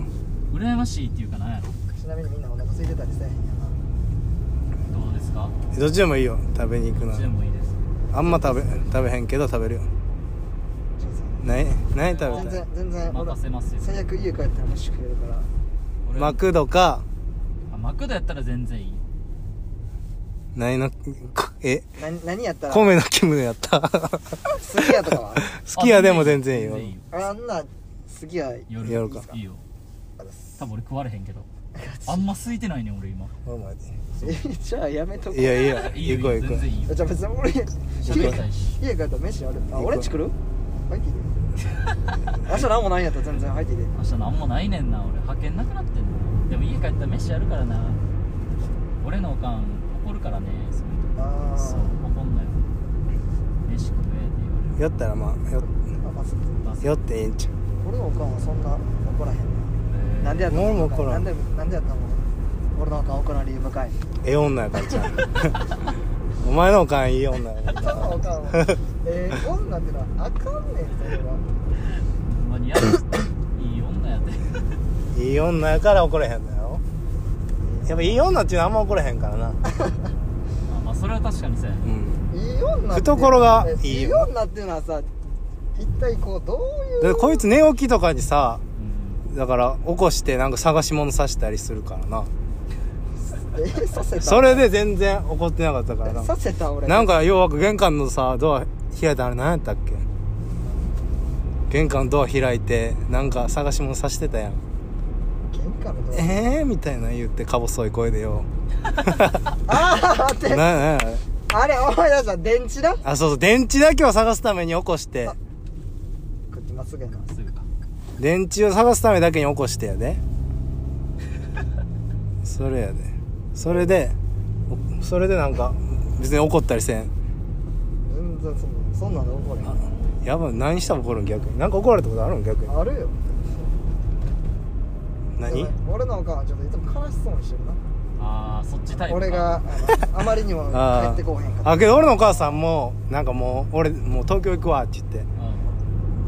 [SPEAKER 2] 羨ましいっていうかなんやろ
[SPEAKER 4] ちなみにみんなお腹空いてたりせえへんや
[SPEAKER 2] どうですか
[SPEAKER 1] どっちでもいいよ食べに行く
[SPEAKER 2] どっ
[SPEAKER 1] な
[SPEAKER 2] ちでもいいです
[SPEAKER 1] あんま食べ食べへんけど食べるよ何何食べたい
[SPEAKER 4] な全然全然俺
[SPEAKER 2] 任せますよ
[SPEAKER 4] 最悪家帰ったら飯食えるから
[SPEAKER 2] 俺
[SPEAKER 1] マクドか
[SPEAKER 2] あマクドやったら全然いい
[SPEAKER 1] 何のこえ
[SPEAKER 4] 何何やったら
[SPEAKER 1] 米のキムやった
[SPEAKER 4] すき家とかは
[SPEAKER 1] 好きやでも全然いいよ
[SPEAKER 4] あんなすき家
[SPEAKER 2] 夜
[SPEAKER 1] 夜か
[SPEAKER 2] いいよ多分俺食われへんけどあんま空いてないねん俺今
[SPEAKER 1] お前で
[SPEAKER 4] えじゃあやめとこう
[SPEAKER 1] い
[SPEAKER 4] い
[SPEAKER 1] やいや
[SPEAKER 2] いいよ
[SPEAKER 1] 行こう行こ
[SPEAKER 2] 全
[SPEAKER 1] う
[SPEAKER 2] 然いいよ
[SPEAKER 4] じゃあ別に俺家
[SPEAKER 2] 喋りたいし
[SPEAKER 4] 家帰ったら飯あるあ
[SPEAKER 1] 行こう
[SPEAKER 4] 俺んち来る入っていいで明日何もないんやったら全然入っていいで
[SPEAKER 2] 明日なんもないねんな俺派遣なくなってんなでも家帰ったら飯やるからな俺のおかん怒るからねそういう
[SPEAKER 4] あ
[SPEAKER 2] と
[SPEAKER 4] あ
[SPEAKER 2] そう怒んなよ飯食えって言われる
[SPEAKER 1] 酔ったらまあ酔
[SPEAKER 4] あまあそう
[SPEAKER 2] バス
[SPEAKER 1] 酔ってええんちゃう
[SPEAKER 4] 俺のおかんはそんな怒らへんななんでやった
[SPEAKER 1] 俺も
[SPEAKER 4] の
[SPEAKER 1] 怒ら
[SPEAKER 4] なんんでなんでやったの俺のおかん怒らん理由深い
[SPEAKER 1] ええ女やからちゃう *laughs* お前のおかんいい女やから
[SPEAKER 4] 俺のおかんは
[SPEAKER 1] *laughs*
[SPEAKER 4] えー、女ってのはあかんねんそれは
[SPEAKER 2] ほんまにやるいい女やで
[SPEAKER 1] いい女やから怒れへんのやろやっぱいい女っていうのはあんま怒れへんからな
[SPEAKER 2] *laughs* あまあそれは確かにそうやね
[SPEAKER 1] うん
[SPEAKER 4] いい女って
[SPEAKER 1] 懐がいい
[SPEAKER 4] いい
[SPEAKER 1] よ
[SPEAKER 4] 女っていうのはさ一体こうどういう
[SPEAKER 1] だってこいつ寝起きとかにさ
[SPEAKER 2] うん
[SPEAKER 1] だから起こしてなんか探し物させたりするからな
[SPEAKER 4] えさせた
[SPEAKER 1] それで全然怒ってなかったからな
[SPEAKER 4] させた俺
[SPEAKER 1] なんかようわく玄関のさドア開いたあれ何やったっけ玄関のドア開いてなんか探し物さしてたやん
[SPEAKER 4] 喧嘩のドア
[SPEAKER 1] えー、みたいな言ってか細い声でよ
[SPEAKER 4] ああ待っ
[SPEAKER 1] な
[SPEAKER 4] て
[SPEAKER 1] なな
[SPEAKER 4] あれ思い出した電池だこ
[SPEAKER 1] あそうそう電池だけを探すために起こして
[SPEAKER 4] っちまっすぐやな
[SPEAKER 2] すぐか
[SPEAKER 1] 電池を探すためだけに起こしてやでそれやでそれでおそれでなんか別に怒ったりせん
[SPEAKER 4] 全然そんなそんなの怒れへ
[SPEAKER 1] やばい何したら怒るん逆になんか怒られたことあるん逆に
[SPEAKER 4] んあるよ
[SPEAKER 1] 何
[SPEAKER 4] やばい俺のおかんはちょっといつも悲しそうにしてる
[SPEAKER 2] ああそっちタイプ
[SPEAKER 4] な
[SPEAKER 2] か
[SPEAKER 4] 俺があのあまりにも帰
[SPEAKER 1] あー
[SPEAKER 4] ってこうへんから
[SPEAKER 1] あけど俺のお母さんもなんかもう俺もう東京行くわって言って
[SPEAKER 2] う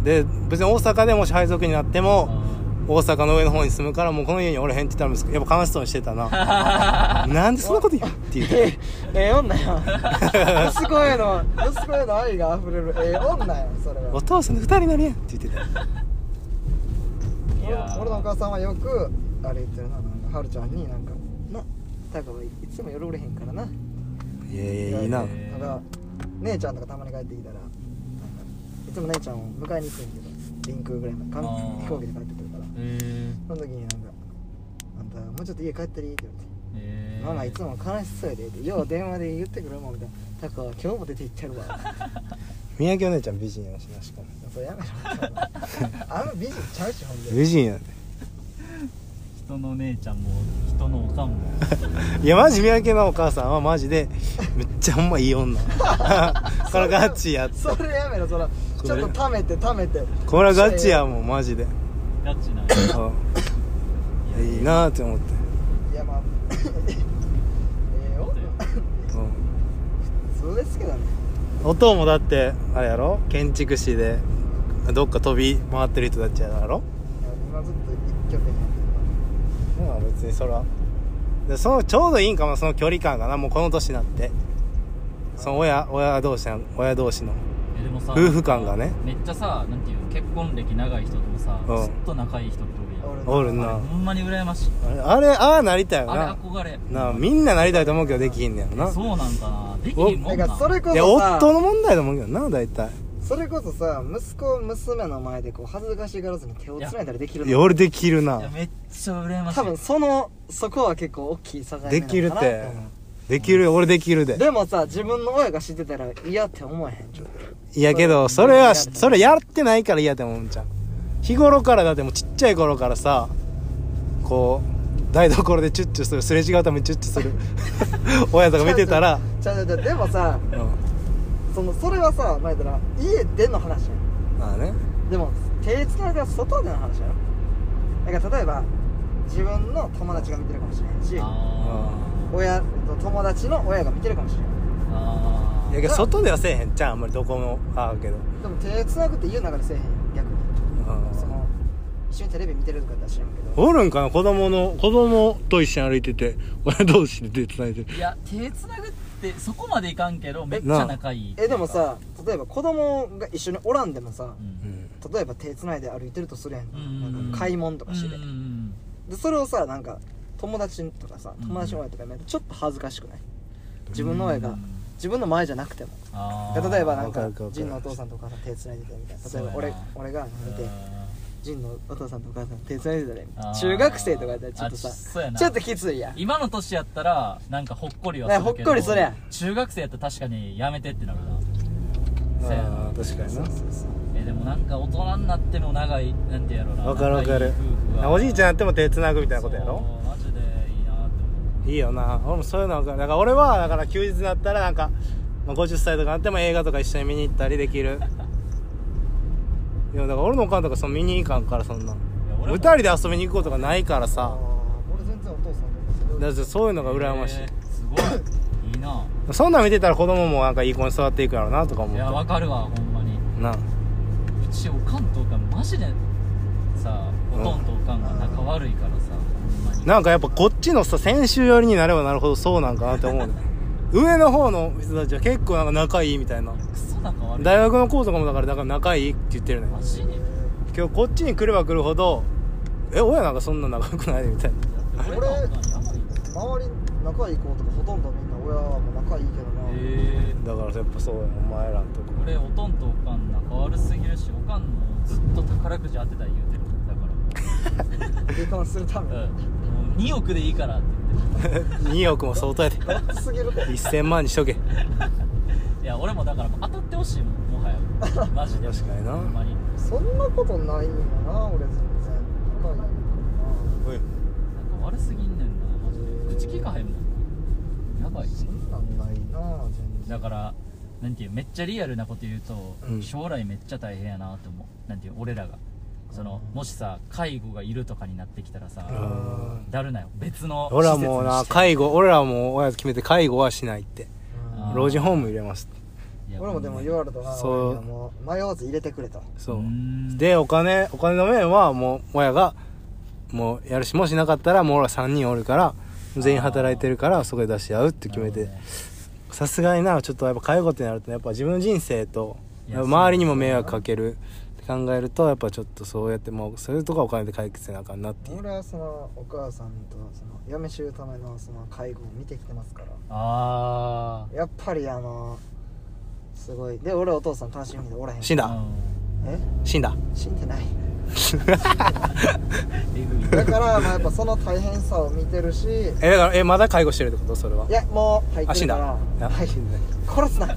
[SPEAKER 2] ん
[SPEAKER 1] で別に大阪でもし配属になっても
[SPEAKER 2] うん
[SPEAKER 1] 大阪の上の方に住むからもうこの家におれへんって言ったんですけどやっぱ悲しそうにしてたななんでそんなこと言うって言うて
[SPEAKER 4] ええ女
[SPEAKER 2] *laughs*
[SPEAKER 4] や息子への息子への愛が溢れるええ女やそれは
[SPEAKER 1] お父さんと二人になるやんって言ってた
[SPEAKER 2] いやー
[SPEAKER 4] 俺のお母さんはよくあれ言ってるななんかはるちゃんになんか「なタカはいいつも夜おれへんからな」
[SPEAKER 1] いやいやいいな
[SPEAKER 2] え
[SPEAKER 4] だから姉ちゃんとかたまに帰ってきたらなんかいつも姉ちゃんを迎えに行くんやけどリンクぐらいまでかん
[SPEAKER 2] あー
[SPEAKER 4] 飛行機で帰ってくるから
[SPEAKER 2] え
[SPEAKER 4] その時になんか「あんたもうちょっと家帰ったり」って言われて
[SPEAKER 2] ーえー
[SPEAKER 4] ママいつも悲しそうやで」って「よう電話で言ってくるもん」みたいな「タカは今日も出て行ってるわ」
[SPEAKER 1] 三宅お姉ちゃん美人やしなしかも
[SPEAKER 4] そうやめろあの美人ちゃうしほんで
[SPEAKER 1] 美人やで
[SPEAKER 2] 人の姉ちゃんも人のおかんも
[SPEAKER 1] いやマジ三宅のお母さんはマジでめっちゃほんまいい女 *laughs* これガチや
[SPEAKER 4] *laughs* それやめろそれ
[SPEAKER 1] れ
[SPEAKER 4] ちょっとためてためて
[SPEAKER 1] これガチやもんマジで
[SPEAKER 2] ガチ
[SPEAKER 4] *laughs*
[SPEAKER 2] な
[SPEAKER 1] うんいいなーって思って
[SPEAKER 4] いやまあ *laughs* ええよ *laughs*
[SPEAKER 1] うん
[SPEAKER 4] 普通ですけどね
[SPEAKER 1] 音もだってあれやろ建築士でどっか飛び回ってる人たちやろ
[SPEAKER 4] いや今ずっと一曲やって
[SPEAKER 1] まあ別にそらでそのちょうどいいんかもその距離感がなもうこの年になってその親親同士の親同士の
[SPEAKER 2] えでもさ
[SPEAKER 1] 夫婦間がね
[SPEAKER 2] めっちゃさなんていうの結婚歴長い人ともさ、
[SPEAKER 1] うん
[SPEAKER 2] ずっと仲いい人っておる
[SPEAKER 4] る
[SPEAKER 1] おる
[SPEAKER 2] やんあ
[SPEAKER 1] な
[SPEAKER 2] れほんまに羨ましい
[SPEAKER 1] あれあれああなりたいよ
[SPEAKER 2] あれ
[SPEAKER 1] な
[SPEAKER 2] 憧れ
[SPEAKER 1] なあみんななりたいと思うけどできひんねやろな
[SPEAKER 2] そうなんかなできひんもんな
[SPEAKER 4] な
[SPEAKER 2] ん
[SPEAKER 4] かそれこ
[SPEAKER 1] いや
[SPEAKER 4] そさ
[SPEAKER 1] 夫の問題だと思うけどな大体
[SPEAKER 4] それこそさ息子娘の前でこう恥ずかしがらずに手をつないだりできる
[SPEAKER 1] いや
[SPEAKER 4] の
[SPEAKER 1] 俺できる
[SPEAKER 2] いや
[SPEAKER 1] な
[SPEAKER 2] めっちゃ羨ましい
[SPEAKER 4] 多分そのそこは結構大きい境目なのかな
[SPEAKER 1] できるって
[SPEAKER 4] 思う
[SPEAKER 1] できるよ俺できるで
[SPEAKER 4] でもさ自分の親が知ってたら嫌って思えへんちょっと
[SPEAKER 1] いやけどそれはそれやってないから嫌だもんちゃん日頃からだってもうちっちゃい頃からさこう台所でチュッチュするすれ違うためにチュッチュす *laughs* る親とか見てたら、
[SPEAKER 4] ちゃうちゃうちゃうでもさ
[SPEAKER 1] うん、
[SPEAKER 4] そのそれはさ前から家での話やん
[SPEAKER 1] まあね
[SPEAKER 4] でも手つないだ外での話やろだから例えば自分の友達が見てるかもしれんし
[SPEAKER 2] あ
[SPEAKER 4] 親友達の親が見てるかもしれん
[SPEAKER 2] ーあ
[SPEAKER 1] いやけど外ではせえへんちゃんあんまりどこもああけど、
[SPEAKER 4] でも手つなぐって家の中でせえへん逆に
[SPEAKER 1] うん
[SPEAKER 4] その一緒にテレビ見てるとかやったら知らんけど
[SPEAKER 1] おるんかな子供の子供と一緒に歩いてて親同士で手つないでる
[SPEAKER 2] ーいや手つなぐってそこまでいかんけどめっちゃ仲いい
[SPEAKER 4] えでもさ例えば子供が一緒におらんでもさ
[SPEAKER 2] うん
[SPEAKER 1] うん
[SPEAKER 4] 例えば手つないで歩いてるとするやん,、
[SPEAKER 2] うん
[SPEAKER 4] なんか買い物とかしてて、
[SPEAKER 2] うんうんうん
[SPEAKER 4] でそれをさなんか友達とかさ
[SPEAKER 2] うん
[SPEAKER 4] 友達の親とかにやるとちょっと恥ずかしくない自分の親が自分の前じゃなくても
[SPEAKER 2] あー
[SPEAKER 4] 例えばなん
[SPEAKER 1] わ
[SPEAKER 4] か
[SPEAKER 1] かるわかる
[SPEAKER 4] ジンのお父さんとお母さん手つないでたみたい
[SPEAKER 2] そう
[SPEAKER 4] な
[SPEAKER 2] や
[SPEAKER 4] 例え
[SPEAKER 2] な
[SPEAKER 4] ば俺俺が見てジンのお父さんとお母さん手つないでたね
[SPEAKER 2] あー
[SPEAKER 4] 中学生とかやったらちょっと
[SPEAKER 2] あ
[SPEAKER 4] さ
[SPEAKER 2] そうやな
[SPEAKER 4] ちょっときついやん
[SPEAKER 2] 今の年やったらなんかほっこりはするけど
[SPEAKER 4] ねほっこりするやん
[SPEAKER 2] 中学生やったら確かにやめてってなるなそうや
[SPEAKER 1] あ
[SPEAKER 2] な
[SPEAKER 1] あ確かにな
[SPEAKER 2] えでもなんか大人になっても長いなんてやろうな
[SPEAKER 1] わかるわかるおじいちゃんやっても手つなぐみたいなことやろ
[SPEAKER 2] そうマジでいいなって
[SPEAKER 1] いいよな俺もそういうの分かるだから俺はだから休日になったらなんか、まあ、50歳とかなっても映画とか一緒に見に行ったりできるいやだから俺のおかんとかその見に行かんからそんな
[SPEAKER 2] 俺も
[SPEAKER 1] 二人で遊びに行くことがないから
[SPEAKER 4] あ
[SPEAKER 1] さ
[SPEAKER 4] ー俺全然お父さんとお母さん
[SPEAKER 1] だってそういうのが
[SPEAKER 2] 思う
[SPEAKER 1] 羨ましい、
[SPEAKER 2] えーすごいいいな
[SPEAKER 1] そんなん見てたら子供もなんかいい子に育っていくやろうなとか思
[SPEAKER 2] いやわ
[SPEAKER 1] う
[SPEAKER 2] かるわほんまに
[SPEAKER 1] な
[SPEAKER 2] うちおかんとおかんマジでさおとんとおかんが仲悪いからさほんまに
[SPEAKER 1] なんかやっぱこっちのさ先週寄りになればなるほどそうなんかなって思うね上の方の人たちは結構なんか仲いいみたいな
[SPEAKER 2] クソ仲悪い
[SPEAKER 1] 大学の子とかもだからだから仲いいって言ってるね
[SPEAKER 2] マジで
[SPEAKER 1] 今日こっちに来れば来るほどえ親なんかそんな仲良くないみたいな
[SPEAKER 2] 俺のおかんやばいよ
[SPEAKER 4] 周り仲いい子とかほとんどみんな親はもう仲いいけどな、
[SPEAKER 2] え
[SPEAKER 1] だからやっぱそうやお前らんとこ
[SPEAKER 2] 俺おとんとおかん仲悪すぎるしおかんのずっと宝くじ当てたい言うてるだか
[SPEAKER 4] 離婚するため
[SPEAKER 2] ら、
[SPEAKER 4] に
[SPEAKER 2] うん、もう2億でいいからって言って
[SPEAKER 1] 2億も相当やで
[SPEAKER 4] 高すぎるって
[SPEAKER 1] 1000万にしとけ
[SPEAKER 2] るいや俺もだから当たってほしいもんも
[SPEAKER 1] *laughs*
[SPEAKER 2] はやマジで
[SPEAKER 1] 確かにな
[SPEAKER 2] ほんまに
[SPEAKER 4] そんなことないんやな俺全然仲いいから
[SPEAKER 1] おい
[SPEAKER 2] なんか悪すぎんねんなマジで口利かへんもんやばい
[SPEAKER 4] なそんなんないな全然
[SPEAKER 2] だからなんていうめっちゃリアルなこと言うと、
[SPEAKER 1] うん
[SPEAKER 2] 将来めっちゃ大変やなと思うなんていう俺らがそのもしさ介護がいるとかになってきたらさ
[SPEAKER 1] あ
[SPEAKER 2] だるなよ別の
[SPEAKER 1] ー俺らもうな
[SPEAKER 2] 施設にして
[SPEAKER 1] 介護俺らも親と決めて介護はしないって
[SPEAKER 2] あー
[SPEAKER 1] 老人ホーム入れますって
[SPEAKER 2] いや
[SPEAKER 4] 俺もでも言われたな
[SPEAKER 1] そう
[SPEAKER 4] 俺にはもう迷わず入れてくれと
[SPEAKER 1] そう
[SPEAKER 2] ーん
[SPEAKER 1] うでお金お金の面はもう親がもうやるしもしなかったらもう俺ら3人おるから全員働いてるからそこで出し合うって決め
[SPEAKER 2] な
[SPEAKER 1] て
[SPEAKER 2] るほどね
[SPEAKER 1] さすがになちょっとやっぱ介護ってなるとやっぱ自分の人生と
[SPEAKER 2] いや
[SPEAKER 1] 周りにも迷惑かけるって考えるとやっぱちょっとそうやってもうそういうとこはお金で解決せなあかんなっていう
[SPEAKER 4] 俺はそのお母さんとその嫁姑のその介護を見てきてますから
[SPEAKER 2] あ
[SPEAKER 4] やっぱりあのすごいで俺お父さん単身赴任でおらへん
[SPEAKER 1] 死ん
[SPEAKER 2] あ
[SPEAKER 1] だ
[SPEAKER 4] え
[SPEAKER 1] 死んだ
[SPEAKER 4] 死んでない
[SPEAKER 2] えぐい
[SPEAKER 4] だからまあやっぱその大変さを見てるしい
[SPEAKER 1] えだからえまだ介護してるってことそれは
[SPEAKER 4] やもう入っ
[SPEAKER 1] あ
[SPEAKER 4] て
[SPEAKER 1] 死ん
[SPEAKER 4] るか
[SPEAKER 1] だ
[SPEAKER 4] ら
[SPEAKER 1] な
[SPEAKER 4] はい殺すな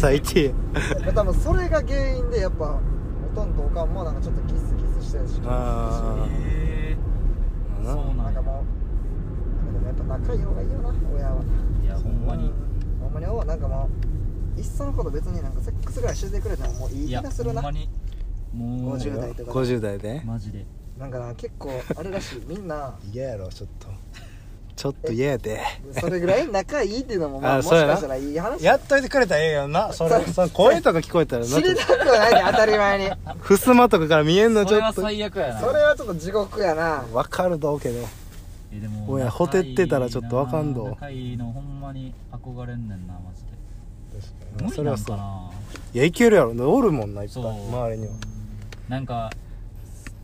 [SPEAKER 4] *laughs*
[SPEAKER 1] 最低
[SPEAKER 4] 多分それが原因でやっぱほとんどおかんもなんかちょっとギスギスしてるし
[SPEAKER 1] あ
[SPEAKER 2] えー、
[SPEAKER 1] な
[SPEAKER 2] そうな
[SPEAKER 4] なん
[SPEAKER 2] ん
[SPEAKER 4] か
[SPEAKER 2] や
[SPEAKER 4] もうなんかでもやっぱ仲いい方がいいよな親はい
[SPEAKER 2] やほんまに
[SPEAKER 4] ほんまに思うなんかもういっそのこと別になんかセックスぐらいしてくれたらもういい
[SPEAKER 2] い
[SPEAKER 4] 気
[SPEAKER 2] や
[SPEAKER 4] がす
[SPEAKER 2] ほ
[SPEAKER 4] る
[SPEAKER 2] ん
[SPEAKER 4] な
[SPEAKER 2] まにもう
[SPEAKER 4] 50代とか
[SPEAKER 1] 50代で
[SPEAKER 2] マジで
[SPEAKER 4] なんかな結構あれらしいみんな
[SPEAKER 1] 嫌やろちょっとちょっと嫌やで
[SPEAKER 4] それぐらい仲いいっていうのも、まあ、
[SPEAKER 1] あ
[SPEAKER 4] もし
[SPEAKER 1] そうやな
[SPEAKER 4] かしたらいい話
[SPEAKER 1] やっといてくれたらええよなそれその声とか聞こえたらな
[SPEAKER 4] 知りたくはないね当たり前に
[SPEAKER 1] ふすまとかから見えんの
[SPEAKER 2] そ
[SPEAKER 1] ち
[SPEAKER 2] れ
[SPEAKER 1] ょ
[SPEAKER 2] は
[SPEAKER 1] っと
[SPEAKER 2] 最悪やな
[SPEAKER 4] それはちょっと地獄やな
[SPEAKER 1] わかるどうけど
[SPEAKER 2] えでも
[SPEAKER 1] おや
[SPEAKER 2] 仲いい
[SPEAKER 1] ほてってたらちょっとわかんど
[SPEAKER 2] な仲いいのほんまに憧れんねんなマジで無
[SPEAKER 1] それ
[SPEAKER 2] 理な
[SPEAKER 1] は
[SPEAKER 2] ん
[SPEAKER 1] そ
[SPEAKER 2] か
[SPEAKER 1] う
[SPEAKER 2] ない
[SPEAKER 1] やいけるやろおるもんないっぱい
[SPEAKER 2] そう
[SPEAKER 1] 周りには
[SPEAKER 2] なんか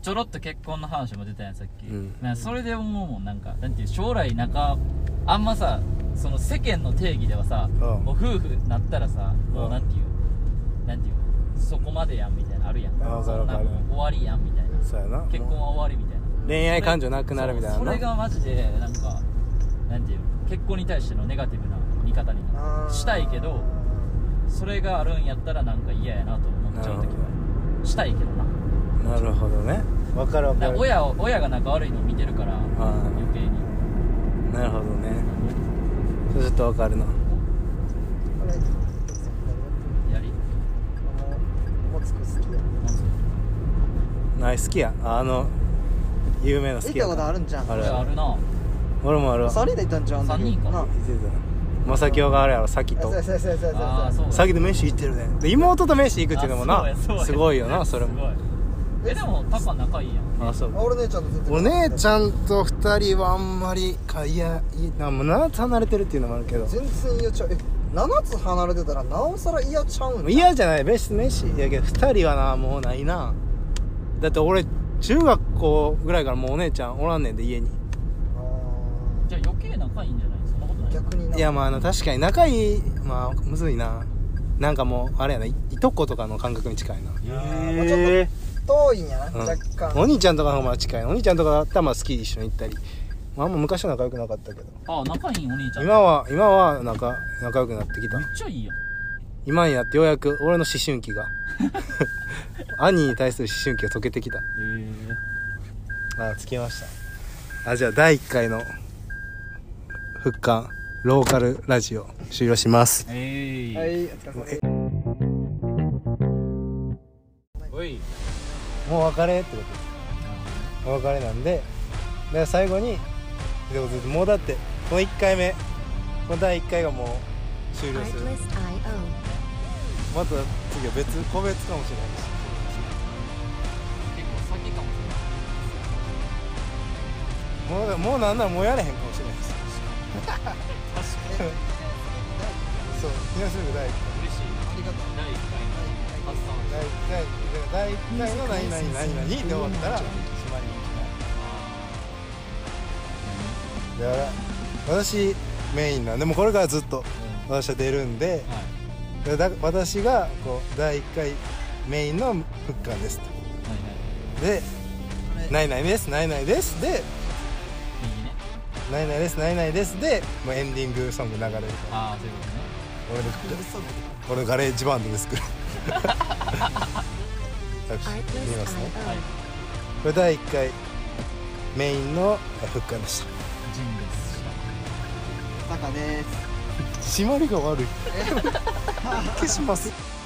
[SPEAKER 2] ちょろっと結婚の話も出たやんさっき、
[SPEAKER 1] うん
[SPEAKER 2] なんかそれで思うもんなんかなんていう将来仲あんまさその世間の定義ではさ、
[SPEAKER 1] ん
[SPEAKER 2] もう夫婦なったらさ、もうなんていうなんていうそこまでやんみたいなあるやん
[SPEAKER 1] あわか
[SPEAKER 2] そ
[SPEAKER 1] るわ
[SPEAKER 2] ん
[SPEAKER 1] か
[SPEAKER 2] な
[SPEAKER 1] る
[SPEAKER 2] もう終わりやんみたいな
[SPEAKER 1] そうやな
[SPEAKER 2] 結婚は終わりみたいな
[SPEAKER 1] 恋愛感情なくなるみたいな
[SPEAKER 2] そうそれ
[SPEAKER 1] な
[SPEAKER 2] がマジでなんかなんていう結婚に対してのネガティブな見方に
[SPEAKER 4] あー
[SPEAKER 2] したいけどそれがあるんやったらなんか嫌やなと思っちゃう時
[SPEAKER 1] なる
[SPEAKER 2] はしたいけどな
[SPEAKER 1] なるほどねわかるわ
[SPEAKER 2] だ
[SPEAKER 1] か
[SPEAKER 2] から
[SPEAKER 1] る
[SPEAKER 2] 親を親が仲悪いの見てるから
[SPEAKER 1] ー
[SPEAKER 2] 余計に
[SPEAKER 1] なるほどねそれちょっとわかるな
[SPEAKER 4] これ
[SPEAKER 2] やり
[SPEAKER 4] もうもつく好きや
[SPEAKER 1] ない好きやあの有名な好
[SPEAKER 4] 行っ
[SPEAKER 1] きや
[SPEAKER 4] たことあるんじゃん
[SPEAKER 1] あ
[SPEAKER 2] こ
[SPEAKER 1] る
[SPEAKER 2] れあるな
[SPEAKER 1] 俺もあるわ
[SPEAKER 4] 3人で行ったんじゃん
[SPEAKER 2] 三人か
[SPEAKER 4] なあ
[SPEAKER 1] 見てたまさきおがあるやろさき
[SPEAKER 4] そ
[SPEAKER 1] と
[SPEAKER 4] うそうそうそうそう
[SPEAKER 2] ああ
[SPEAKER 4] そ
[SPEAKER 2] そううや
[SPEAKER 1] さきと飯行ってるねで妹と飯行くっていうのも
[SPEAKER 2] あそうやそう
[SPEAKER 1] な
[SPEAKER 2] や
[SPEAKER 1] すごいよなそれも
[SPEAKER 2] *laughs* すごいえでもタカ仲いいやん
[SPEAKER 1] あそう
[SPEAKER 4] 俺姉ちゃんと全然
[SPEAKER 1] お姉ち
[SPEAKER 4] ん
[SPEAKER 1] ゃんと二人はあんまりかいやいいなもう7つ離れてるっていうのもあるけど
[SPEAKER 4] 全然嫌ちゃうえ7つ離れてたらなおさら嫌ちゃうんだ
[SPEAKER 1] 嫌じゃない別に飯やけど二人はなもうないなだって俺中学校ぐらいからもうお姉ちゃんおらんねんで家に
[SPEAKER 4] あ
[SPEAKER 2] じゃあ余計仲いいんじゃないそんなことな
[SPEAKER 4] ー
[SPEAKER 2] い
[SPEAKER 4] 逆にない
[SPEAKER 1] やまああの確かに仲いいまあむずいななんかもうあれやないいとことかの感覚に近いな
[SPEAKER 4] まあちょっと遠いんやな、
[SPEAKER 1] うん
[SPEAKER 4] 若干
[SPEAKER 1] お兄ちゃんとかの方が近いお兄ちゃんとかだったらまあ好き一緒に行ったり、まあ、あんま昔は仲良くなかったけど
[SPEAKER 2] あ仲いいお兄ちゃんめっ
[SPEAKER 1] 今は今は仲仲良くなってきた
[SPEAKER 2] ちゃいいやん
[SPEAKER 1] 今になってようやく俺の思春期が兄に対する思春期が溶けてきた
[SPEAKER 2] へ
[SPEAKER 1] あつけましたあじゃあ第1回の復刊ローカルラジオ終了します
[SPEAKER 2] ええ
[SPEAKER 4] は
[SPEAKER 2] え
[SPEAKER 4] いお疲れ様です
[SPEAKER 2] おい
[SPEAKER 1] もうお別れってことですお別れなんでだから最後にでもずっともうだってこの1回目この第1回がもう終了する
[SPEAKER 3] Artlist.io.
[SPEAKER 1] また次は別個別かもしれないし
[SPEAKER 2] 結構先かもしれない
[SPEAKER 1] もうもうなんならもうやれへんかもしれないですそう記念すべき第1
[SPEAKER 2] 嬉しいありがとう第1回の発散
[SPEAKER 1] 回第1回の何々何々で終わったらしまりに行きたいだから私メインなんでもうこれからずっと私は出るんでだ私がこう第1回メインのフッカーですと
[SPEAKER 2] はいはい
[SPEAKER 1] で「
[SPEAKER 4] れ
[SPEAKER 1] ないないですないないです」で
[SPEAKER 2] 右ね
[SPEAKER 1] 「ないないですないないです」でもうエンディングソング流れるから
[SPEAKER 2] ああそういうことね
[SPEAKER 1] 俺の
[SPEAKER 4] うるさい
[SPEAKER 1] 俺のガレージバンドで *laughs* 作る見ますね
[SPEAKER 3] Artlist.io.
[SPEAKER 2] はい
[SPEAKER 1] これ第1回メインのフッカーでし
[SPEAKER 2] ジンです
[SPEAKER 4] タカです
[SPEAKER 1] *laughs* た締まりが悪い消します